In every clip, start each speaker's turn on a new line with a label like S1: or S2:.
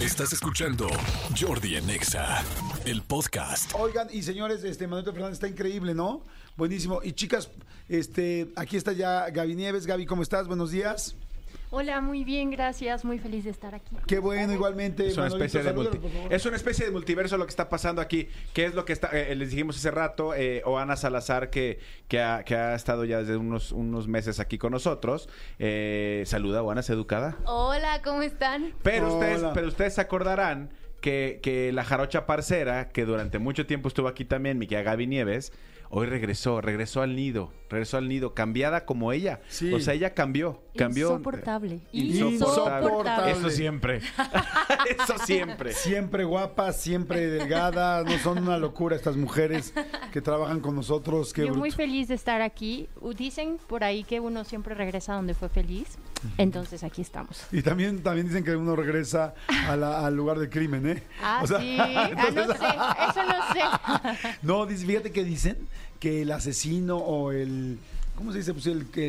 S1: Estás escuchando Jordi en Exa, el podcast.
S2: Oigan, y señores, este Manuel Fernández está increíble, ¿no? Buenísimo. Y chicas, este, aquí está ya Gaby Nieves. Gaby, ¿cómo estás? Buenos días.
S3: Hola, muy bien, gracias. Muy feliz de estar aquí.
S2: Qué bueno, igualmente.
S4: Es una,
S2: Este, Manolito,
S4: especie de
S2: salúdanos,
S4: multi-
S2: por favor.
S4: es una especie de multiverso lo que está pasando aquí. Que es lo que está, eh, les dijimos hace rato, eh, Oana Salazar, que, que, ha, que ha estado ya desde unos, unos meses aquí con nosotros. Eh, saluda, Oana, es educada.
S5: Hola, ¿cómo están?
S4: Pero
S2: Hola.
S4: ustedes, pero ustedes se acordarán que, que la jarocha parcera, que durante mucho tiempo estuvo aquí también, mi querida Gaby Nieves, hoy regresó, regresó al nido, regresó al nido, cambiada como ella.
S2: Sí.
S4: O sea, ella cambió, cambió.
S3: Insoportable.
S2: Eh, Insoportable.
S4: Eso siempre. Eso siempre.
S2: Siempre guapas, siempre delgadas. No son una locura estas mujeres que trabajan con nosotros. Qué
S3: Yo muy
S2: bruto.
S3: feliz de estar aquí. U- Dicen por ahí que uno siempre regresa donde fue feliz. Entonces aquí estamos.
S2: Y también, también dicen que uno regresa a la- al lugar del crimen, ¿eh?
S3: Ah,
S2: O sea,
S3: sí. Ah, no sé. Eso no sé.
S2: No, dice- fíjate que dicen que el asesino o el. ¿Cómo se dice? Pues el que.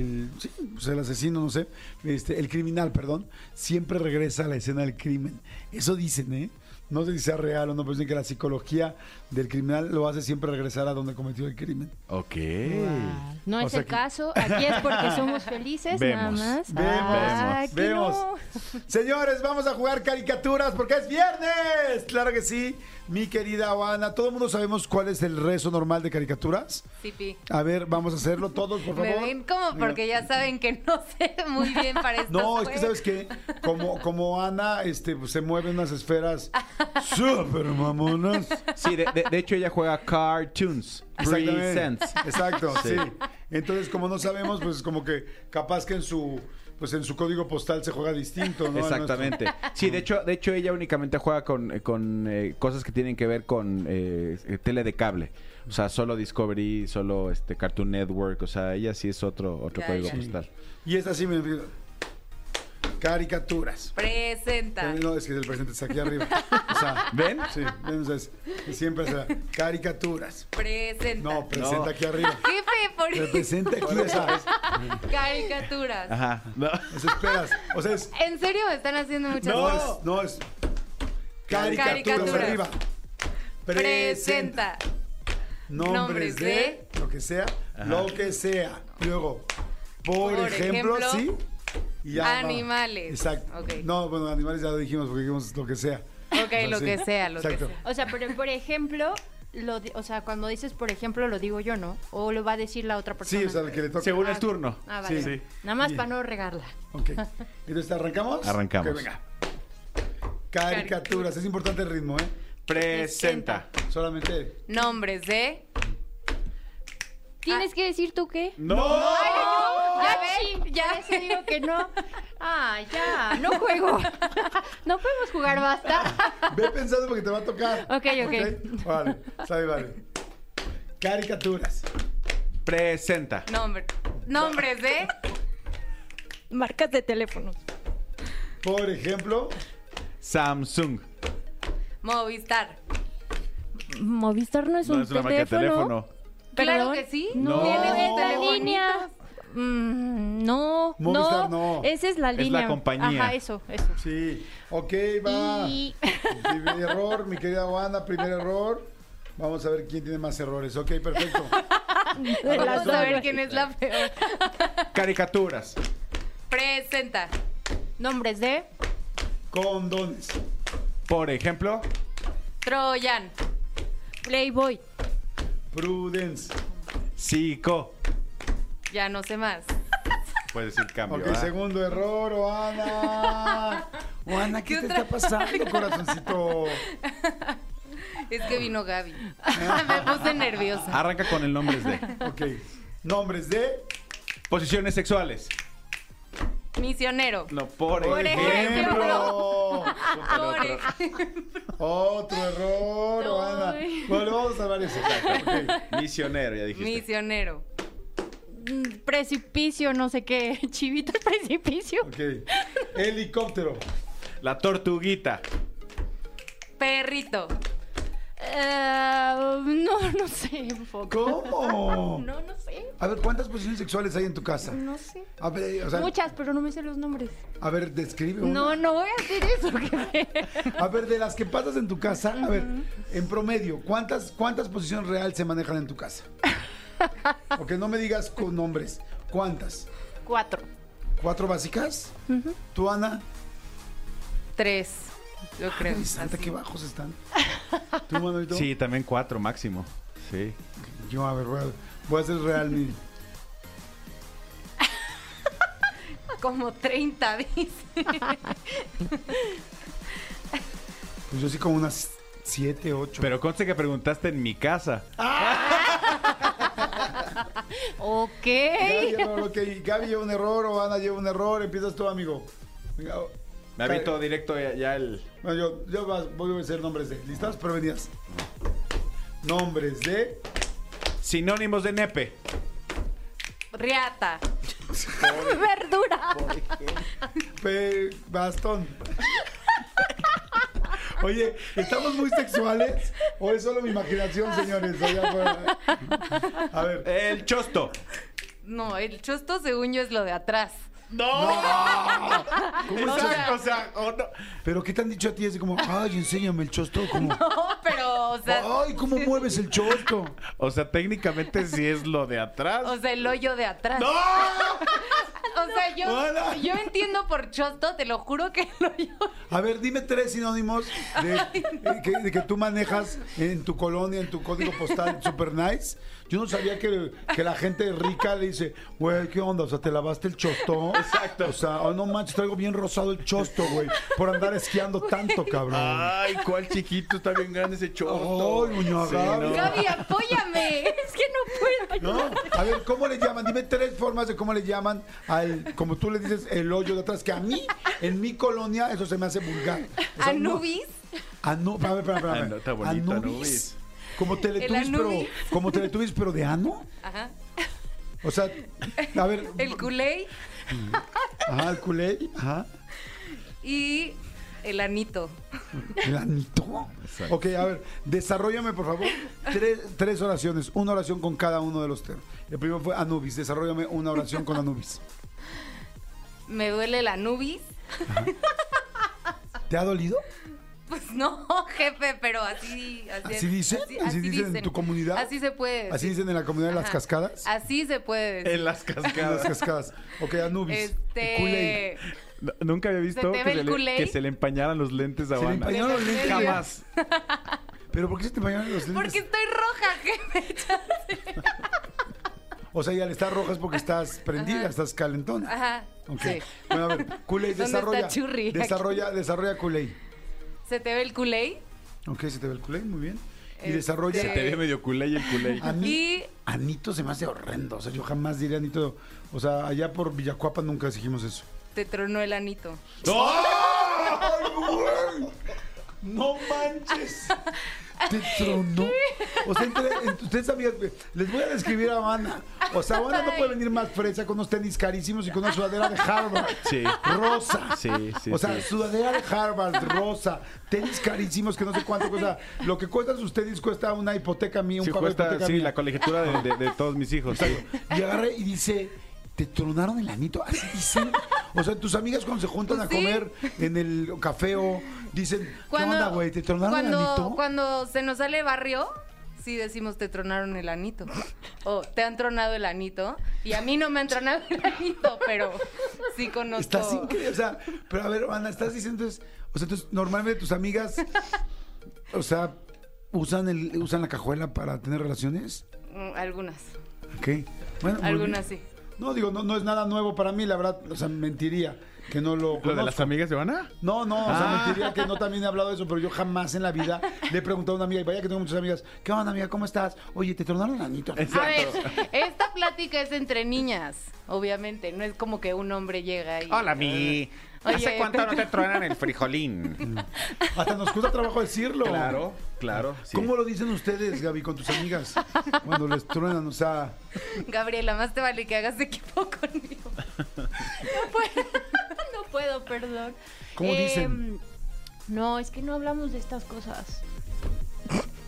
S2: El, sí, pues el asesino, no sé. Este, el criminal, perdón. Siempre regresa a la escena del crimen. Eso dicen, ¿eh? No sé si sea real o no, pero dicen que la psicología del criminal lo hace siempre regresar a donde cometió el crimen.
S4: Ok.
S3: No
S2: O
S3: es
S2: sea
S3: el
S2: que-
S3: caso. Aquí es porque somos felices,
S4: Vemos.
S3: nada más.
S2: Vemos,
S3: Ah, que
S2: vemos.
S3: no.
S2: Señores, vamos a jugar caricaturas porque es viernes. Claro que sí, mi querida Oana. Todo el mundo sabemos cuál es el rezo normal de caricaturas.
S5: Sí, Pi.
S2: A ver, vamos a hacerlo todos, por
S5: Me
S2: favor.
S5: ven como
S2: Mira.
S5: porque ya saben que no sé muy bien para estos
S2: No, es que
S5: juegos.
S2: sabes que como, como Ana este, pues, se mueve en unas esferas súper mamonas.
S4: Sí, de, de- de hecho ella juega Cartoons.
S2: Exactamente.
S4: Presents.
S2: Exacto, sí.
S4: Sí.
S2: Entonces, como no sabemos, pues como que capaz que en su pues en su código postal se juega distinto, ¿no?
S4: Exactamente. Sí, de hecho, de hecho ella únicamente juega con, eh, con, eh, cosas que tienen que ver con eh, eh, tele de cable. O sea, solo Discovery, solo este Cartoon Network. O sea, ella sí es otro, otro
S5: Ya,
S4: código
S5: ya.
S4: postal.
S2: Y es así, me caricaturas.
S5: Presenta.
S2: Eh, No, es que el presente está aquí arriba. O sea,
S4: ¿Ven?
S2: sí, entonces siempre será caricaturas.
S5: Presenta.
S2: No, presenta
S4: No.
S2: aquí arriba.
S5: Jefe, por
S2: Representa aquí, o sea,
S5: caricaturas.
S4: Ajá. No.
S2: es esperas. O sea, es
S5: En serio me están haciendo muchas
S2: No,
S5: cosas.
S2: es, no es. Caricaturas,
S5: Caricaturas.
S2: arriba.
S5: Presenta.
S2: Nombres
S5: Nombres
S2: de,
S5: de-
S2: lo que sea, lo que sea. Luego, por,
S5: Por
S2: ejemplo,
S5: ejemplo,
S2: sí. y ya va.
S5: animales.
S2: Exacto.
S5: Ok.
S2: No, bueno, animales ya lo dijimos porque dijimos lo que sea.
S5: Ok, lo que sea, lo que
S2: Exacto.
S5: sea.
S3: O sea, pero por ejemplo, lo di- o sea, cuando dices por ejemplo, lo digo yo, ¿no? O lo va a decir la otra persona.
S2: Sí, o sea, el que le toca.
S4: Según el turno.
S3: Ah, vale.
S2: Sí.
S3: Nada más
S2: Bien.
S3: para no regarla.
S2: Ok. Entonces, ¿arrancamos?
S4: Arrancamos.
S2: Ok, venga. Caricaturas. Es importante el ritmo, ¿eh?
S4: Presenta.
S2: Solamente.
S5: Nombres de.
S3: ¿Tienes que decir tú qué?
S4: No.
S3: Ya ves, ya ves, te digo que no. Ah, ya, no juego. No podemos jugar, basta.
S2: Ve pensando porque te va a tocar.
S3: Ok, ok.
S2: ok. Vale, sabe, vale. Caricaturas.
S4: Presenta.
S5: Nombre. Nombres de.
S3: Marcas de teléfonos.
S2: Por ejemplo,
S4: Samsung.
S5: Movistar.
S3: Movistar no es un teléfono.
S5: Claro
S3: ¿Perdón?
S5: que sí.
S3: No,
S5: Tienes
S3: es la
S5: teléfono.
S3: línea. Mm, no,
S2: Movistar,
S3: no,
S2: no.
S3: Esa es la
S4: la
S3: línea.
S4: compañía.
S3: Ajá, eso, eso.
S2: sí. Ok, va.
S3: Y
S2: Primer error, mi querida Wanda, primer error. Vamos a ver quién tiene más errores. Ok, perfecto.
S5: Vamos
S3: las
S5: a ver
S3: dos.
S5: quién es la peor.
S4: Caricaturas.
S5: Presenta.
S3: nombres de
S2: Condones.
S4: Por ejemplo,
S5: Troyan.
S3: Playboy.
S2: Prudence.
S4: Psico.
S5: Ya no sé más.
S4: Puedes decir cambio.
S2: Ok,
S4: ¿ah?
S2: segundo error, Oana. Oana, ¿qué,
S5: ¿Qué
S2: te
S5: otra?
S2: está pasando, corazoncito?
S5: Es que vino Gaby. Me puse nerviosa.
S4: Arranca con el nombre de.
S2: Ok. Nombres de.
S4: Posiciones sexuales.
S5: Misionero.
S4: No, por,
S5: Por ejemplo.
S4: Por
S5: Pobre.
S4: ejemplo.
S2: Otro error, Oana.
S3: Ay.
S2: Bueno, vamos a ver eso. Ok.
S4: Misionero, ya dijiste.
S5: Misionero.
S3: Mm, Precipicio, no sé qué. Chivito al precipicio.
S2: Ok. Helicóptero.
S4: La tortuguita.
S5: Perrito.
S3: Eh, no, no sé, un poco.
S2: ¿Cómo?
S3: No, no sé.
S2: A ver, ¿cuántas posiciones sexuales hay en tu casa?
S3: No sé.
S2: A ver, o sea,
S3: Muchas, pero no me sé los nombres.
S2: a ver describe. una.
S3: No, no voy a hacer eso. que me-
S2: A ver, de las que pasas en tu casa, a ver, en promedio, ¿cuántas, cuántas posiciones real se manejan en tu casa? Porque no me digas con nombres. ¿Cuántas?
S3: Cuatro.
S2: ¿Cuatro básicas? ¿Tú, Ana?
S5: Tres, yo creo.
S2: Ay, santa,
S5: así.
S2: qué bajos están. ¿Tú, Manolito?
S4: Sí, también cuatro máximo. Sí.
S2: Yo, a ver, voy a, voy a hacer real mi...
S5: Como 30, dice.
S2: Pues yo sí como unas siete, ocho.
S4: Pero conste que preguntaste en mi casa.
S2: Gaby,
S3: Ok.
S2: lleva- ok, Gaby lleva un error o Ana lleva un error. Empiezas tú, amigo. Venga, o-
S4: Me habito directo ya, ya el.
S2: Bueno, yo, yo vas- voy a hacer nombres de... ¿Listas? Pero venías. Nombres de...
S4: Sinónimos de nepe.
S5: Riata.
S3: Verdura.
S2: Pe- Bastón. Oye, ¿estamos muy sexuales? ¿O es solo mi imaginación, señores? Allá afuera. A ver.
S4: El chosto.
S5: No, el chosto según yo es lo de atrás.
S4: Exacto, o sea, o no.
S2: ¿Pero qué te han dicho a ti? Así como, ay, enséñame el chosto. Como,
S5: No, pero, o sea,
S2: ay, ¿cómo mueves el chosto?
S4: O sea, técnicamente sí es lo de atrás.
S5: o sea, el hoyo de atrás.
S4: ¡No!
S5: O sea, yo,
S2: Hola.
S5: yo entiendo por chosto, te lo juro que el hoyo.
S2: A ver, dime tres sinónimos de, eh, que, de que tú manejas en tu colonia, en tu código postal, super nice. Yo no sabía que, que la gente rica le dice, güey, ¿qué onda? O sea, ¿te lavaste el chosto? Exacto. O sea, oh, no manches, traigo bien rosado el chosto, güey, por andar esquiando tanto, cabrón.
S4: Ay, cuál chiquito, está bien grande ese chosto.
S2: Ay, Muñoz,
S4: Sí,
S2: Gaby.
S5: Gaby, apóyame. Es que no puedo.
S2: ¿No? A ver, ¿cómo le llaman? Dime tres formas de cómo le llaman al, como tú le dices, el hoyo de atrás, que a mí, en mi colonia, eso se me hace vulgar. O sea, no-
S5: Anubis.
S2: Anu espérame, espérame, espérame.
S4: Ah, no, está bonito, Anubis.
S2: Como Teletubbies,
S5: El
S2: pero,
S5: Anubis.
S2: como Teletubbies, pero de ano.
S5: Ajá.
S2: O sea, a ver.
S5: El culé
S2: Ajá, el culé. Ajá.
S5: y el anito.
S2: El anito. Ok, a ver, desarrollame, por favor, tres, tres oraciones. Una oración con cada uno de los temas. El primero fue Anubis. Desarrollame una oración con Anubis.
S5: Me duele el anubis.
S2: ¿Te ha dolido?
S5: Pues no, jefe, pero así. Así,
S2: ¿Así dicen? ¿Así dicen en tu comunidad?
S5: Así se puede.
S2: Así dicen en la comunidad de las
S5: Ajá.
S2: cascadas.
S5: Así se puede. decir.
S4: En las
S2: En las
S4: cascadas.
S2: cascadas. Ok, Anubis.
S5: Este.
S2: Kool-Aid.
S4: No, Nunca había
S5: ¿Se
S4: visto
S5: te
S4: que
S5: ve
S4: se,
S5: el
S4: le,
S5: Kool-Aid?
S4: que se le empañaran los lentes a
S2: Se le
S4: Wanda.
S2: empañaron los lentes.
S4: Jamás.
S2: ¿Pero por qué se te empañaron los lentes?
S5: Porque estoy roja, jefe.
S2: O sea, ya le está roja es porque estás prendida, estás calentona.
S5: Ajá.
S2: Ok.
S5: Sí.
S2: Bueno, a ver, Kulei,
S5: ¿Dónde está
S2: desarrolla.
S5: Churri?
S2: Desarrolla, desarrolla Kulei.
S5: Se te ve el culé
S2: Ok, se te ve el Kulei, muy bien. Y
S5: Este-
S2: desarrolla.
S4: Se te ve medio culé y el culé.
S2: A mí-
S5: y
S2: Anito se me hace horrendo. O sea, yo jamás diré Anito. O sea, allá por Villacuapa nunca exigimos eso.
S5: te tronó el anito.
S4: ¡No!
S2: ¡No manches! Te tronó. O sea, entre, entre- ustedes sabían, les voy a describir a Habana. O sea, Habana no puede venir más fresa con unos tenis carísimos y con una sudadera de Harvard.
S4: Sí.
S2: Rosa.
S4: Sí, sí,
S2: O sea,
S4: sí.
S2: sudadera de Harvard, rosa, tenis carísimos que no sé cuánto cuesta. Lo que cuestan sus tenis cuesta una hipoteca mía, un
S4: Sí,
S2: pago de
S4: cuesta,
S2: hipoteca
S4: sí,
S2: mía.
S4: la colegiatura de, de- de todos mis hijos. sí.
S2: Y agarré y dice, te tronaron el anito. Así dicen. O sea, tus amigas cuando se juntan a
S5: Pues sí.
S2: comer en el café o dicen, ¿qué onda, güey? ¿Te tronaron el
S5: cuando,
S2: anito?
S5: cuando se nos sale barrio, sí decimos te tronaron el anito. O te han tronado el anito. Y a mí no me han tronado el anito, pero sí conozco.
S2: Estás increíble. O sea, pero a ver, Ana, estás diciendo, entonces, o sea, entonces, normalmente tus amigas, o sea, usan, el, usan la cajuela para tener relaciones.
S5: Mm, Algunas.
S2: Ok. Bueno, muy
S5: Algunas
S2: bien.
S5: sí.
S2: No, digo, no, no es nada nuevo para mí, la verdad, o sea, mentiría que no lo
S4: ¿Lo de las
S2: conozco.
S4: amigas de Ana?
S2: No, no, o sea,
S4: Ah.
S2: mentiría que no también he hablado de eso, pero yo jamás en la vida le he preguntado a una amiga, y vaya que tengo muchas amigas, ¿qué onda, amiga? ¿Cómo estás? Oye, ¿te tornaron el anito?
S5: A ver, esta plática es entre niñas, obviamente. No es como que un hombre llega y.
S4: mi.
S5: Oye, ¿Hace cuánto no
S4: te tronan el frijolín?
S2: Hasta nos cuesta trabajo decirlo.
S4: Claro, claro. sí.
S2: ¿Cómo lo dicen ustedes, Gaby, con tus amigas? Cuando les truenan, o sea...
S5: Gabriela, más te vale que hagas equipo conmigo.
S3: No puedo, no puedo, perdón. Em,
S2: ¿Cómo dicen?
S3: No, es que no hablamos de estas cosas.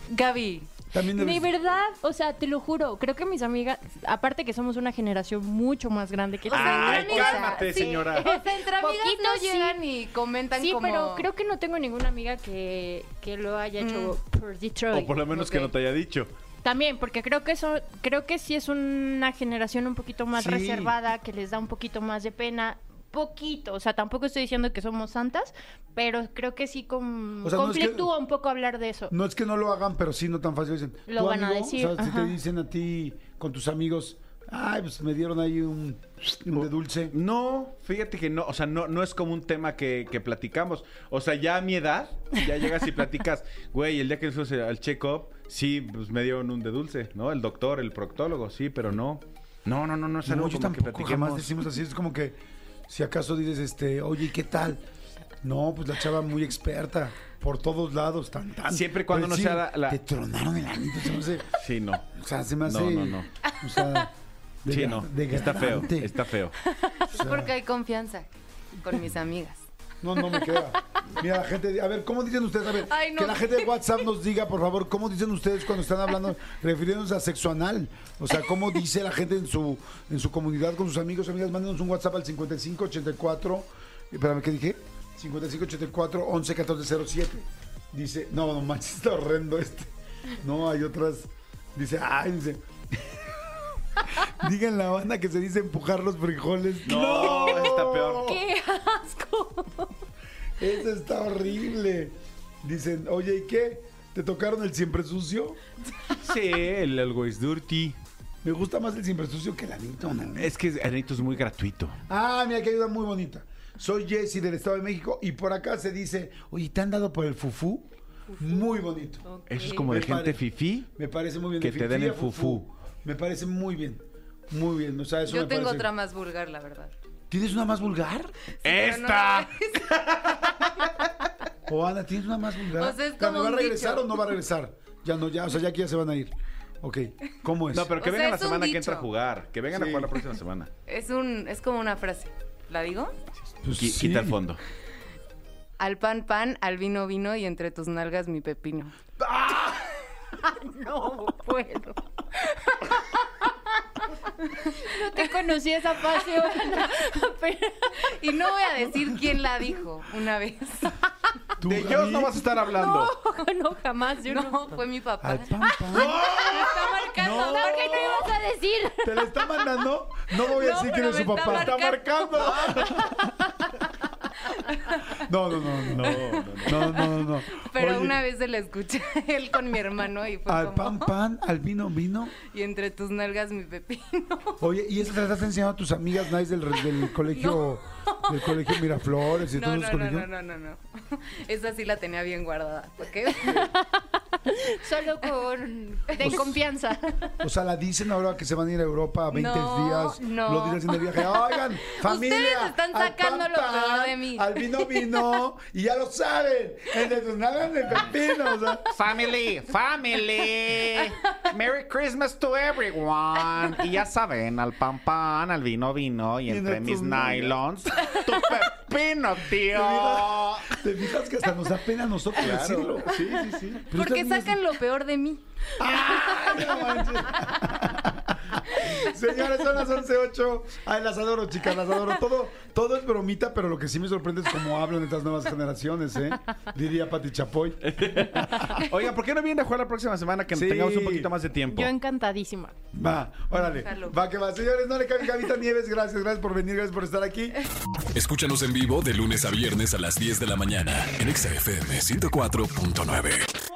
S5: Gaby.
S2: También
S3: De
S2: debes-
S3: verdad, o sea, te lo juro, creo que mis amigas, aparte que somos una generación mucho más grande que
S5: O sea,
S4: Ay,
S5: entre amigas,
S4: cálmate,
S5: sí.
S4: señora.
S5: O sea, entre amigas
S3: Poquito
S5: no
S3: sí.
S5: llegan y comentan
S3: Sí,
S5: como...
S3: pero creo que no tengo ninguna amiga que, que lo haya hecho por Detroit.
S4: Mm. O por lo menos que
S5: Ok.
S4: no te haya dicho.
S3: También, porque creo que eso, creo que sí es una generación un poquito más
S2: Sí.
S3: reservada, que les da un poquito más de pena. Poquito, o sea, tampoco estoy diciendo que somos santas, pero creo que sí con,
S2: O sea, no es que-
S3: conflictúa un poco hablar de eso.
S2: No es que no lo hagan, pero sí no tan fácil. Dicen,
S3: Lo
S2: "¿Tu
S3: van a
S2: amigo?".
S3: decir,
S2: O sea, si te
S3: ajá.
S2: dicen a ti con tus amigos, ay, pues me dieron ahí un, un de dulce.
S4: No, fíjate que no, o sea, no, no es como un tema que, que platicamos. O sea, ya a mi edad, ya llegas y platicas, güey, el día que fuimos al check-up, sí, pues me dieron un de dulce, ¿no? El doctor, el proctólogo, sí, pero no. No, no, no, no es algo
S2: No, yo
S4: como que
S2: tampoco jamás
S4: platiquemos.
S2: decimos así. Es como que si acaso dices, este, oye, ¿y ¿qué tal? No, pues la chava muy experta, por todos lados, tan, tan.
S4: Siempre y cuando
S2: Pero
S4: no sea la- la-
S2: Te tronaron el anillo, se me hace-
S4: Sí, no.
S2: o sea, se me hace...
S4: No, no, no.
S2: O sea,
S4: Sí,
S2: degra-
S4: no. Está feo,
S2: degradante.
S4: está feo.
S5: Es porque hay confianza con mis amigas.
S2: No, no me queda. Mira, la gente, a ver, ¿cómo dicen ustedes? A ver,
S5: Ay, no.
S2: que la gente de WhatsApp nos diga, por favor, ¿cómo dicen ustedes cuando están hablando, refiriéndose a sexo anal? O sea, ¿cómo dice la gente en su, en su comunidad, con sus amigos, amigas? Mándenos un WhatsApp al 5584, espérame, ¿qué dije? 5584 111407. Dice, no, no manches, está horrendo este. No, hay otras. Dice, ay, dice. Digan la banda que se dice empujar los frijoles.
S4: No, está peor.
S3: ¡Qué asco!
S2: Eso está horrible. Dicen, oye, ¿y qué? ¿Te tocaron el siempre sucio?
S4: Sí, el algo es dirty.
S2: Me gusta más el siempre sucio que la Newton.
S4: Es que Anito es muy gratuito.
S2: Ah, mira, que ayuda muy bonita. Soy Jessy del Estado de México y por acá se dice, oye, ¿te han dado por el fufú? Muy bonito.
S4: Eso es como de
S2: Me pare-
S4: gente fifí.
S2: Me parece muy bien.
S4: Que te den el
S2: Fifí a Me parece muy bien. Muy bien. O sea, eso
S5: Yo
S2: me
S5: tengo
S2: parece-
S5: otra más vulgar, la verdad.
S2: ¿Tienes una más vulgar?
S5: pero no
S4: ¡Esta!
S2: O Ana, ¿tienes una más vulgar?
S5: O sea, es
S2: O sea, ¿Me
S5: como
S2: va a
S5: un
S2: regresar
S5: dicho.
S2: o no va a regresar? Ya no, ya, o sea, ya aquí ya se van a ir. Ok, ¿cómo es?
S4: No, pero que
S5: O sea,
S4: vengan la
S5: es un
S4: semana que
S5: dicho.
S4: entra a jugar. Que vengan a
S2: Sí.
S4: jugar la próxima semana.
S5: Es, un, es como una frase. ¿La digo?
S2: Pues
S4: Qui-
S2: sí.
S4: Quita el fondo.
S5: Al pan, pan, al vino, vino y entre tus nalgas mi pepino.
S3: No puedo. No te conocí esa pasión. Pero...
S5: Y no voy a decir quién la dijo una vez.
S2: Tú,
S4: De ellos
S2: Gaby,
S4: no vas a estar hablando.
S3: No, jamás. Yo no.
S5: No, fue mi papá.
S2: Al pan, pan.
S5: Me está marcando.
S2: No.
S3: ¿Por qué no ibas a decir?
S2: Te la está mandando. No voy a
S5: No,
S2: decir que
S5: pero
S2: es su
S5: me está
S2: papá.
S5: marcando.
S2: No, no, no, no. No, no, no. no.
S5: Pero
S2: Oye,
S5: una vez se la escuché a él con mi hermano y fue
S2: Al
S5: como...
S2: pan, pan, al vino, vino.
S5: Y entre tus nalgas mi pepino.
S2: Oye, ¿y eso te la estás enseñando a tus amigas nice del, re- del colegio del colegio Miraflores y
S5: No,
S2: todos los
S5: no, no,
S2: colegios?
S5: no, no, no, no. Esa sí la tenía bien guardada. ¿ok?
S3: Solo con.
S2: Pues,
S3: De confianza.
S2: O sea, la dicen ahora que se van a ir a Europa a 20
S5: No,
S2: días.
S5: no.
S2: Lo dicen en el viaje. Oigan, familia.
S5: Ustedes están
S2: al
S5: sacando
S2: pan,
S5: lo peor
S2: pan,
S5: de mí.
S2: Al vino, vino. Y ya lo saben. Entre tus nalgas de pepino. O sea,
S6: Family, family. Merry Christmas to everyone. Y ya saben, al pan pan, al vino vino y
S2: Y
S6: entre
S2: no
S6: mis
S2: tus nalgas.
S6: nylons, tu pepino, tío.
S2: ¿Te fijas que hasta nos da pena a nosotros decirlo?
S4: Sí, sí, sí.
S2: Pero
S5: Porque
S2: ustedes no
S5: sacan lo peor de mí.
S2: ¡Ay, no manches! Señores, son las 11.08. Ay, las adoro, chicas, las adoro. Todo, todo es bromita, pero lo que sí me sorprende es cómo hablan estas nuevas generaciones, ¿eh? Diría Pati Chapoy.
S4: Oiga, ¿por qué no vienen a jugar la próxima semana que
S2: Sí.
S4: tengamos un poquito más de tiempo?
S3: Yo encantadísima.
S2: Va, órale.
S5: Déjalo.
S2: Va que va. Señores, no le cambien Gavita Nieves. Gracias, gracias por venir, gracias por estar aquí.
S1: Escúchanos en vivo de lunes a viernes a las 10 de la mañana en Exa FM 104.9.